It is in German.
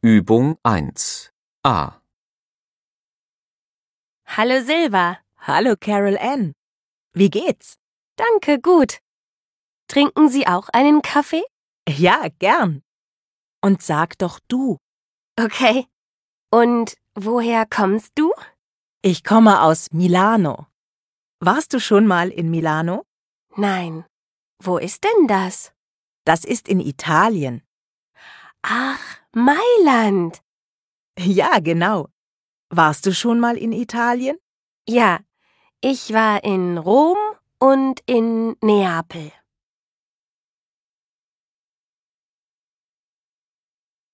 Übung 1. A. Hallo Silva. Hallo Carol Ann. Wie geht's? Danke, gut. Trinken Sie auch einen Kaffee? Ja, gern. Und sag doch du. Okay. Und woher kommst du? Ich komme aus Milano. Warst du schon mal in Milano? Nein. Wo ist denn das? Das ist in Italien. Ach, Mailand. Ja, genau. Warst du schon mal in Italien? Ja, ich war in Rom und in Neapel.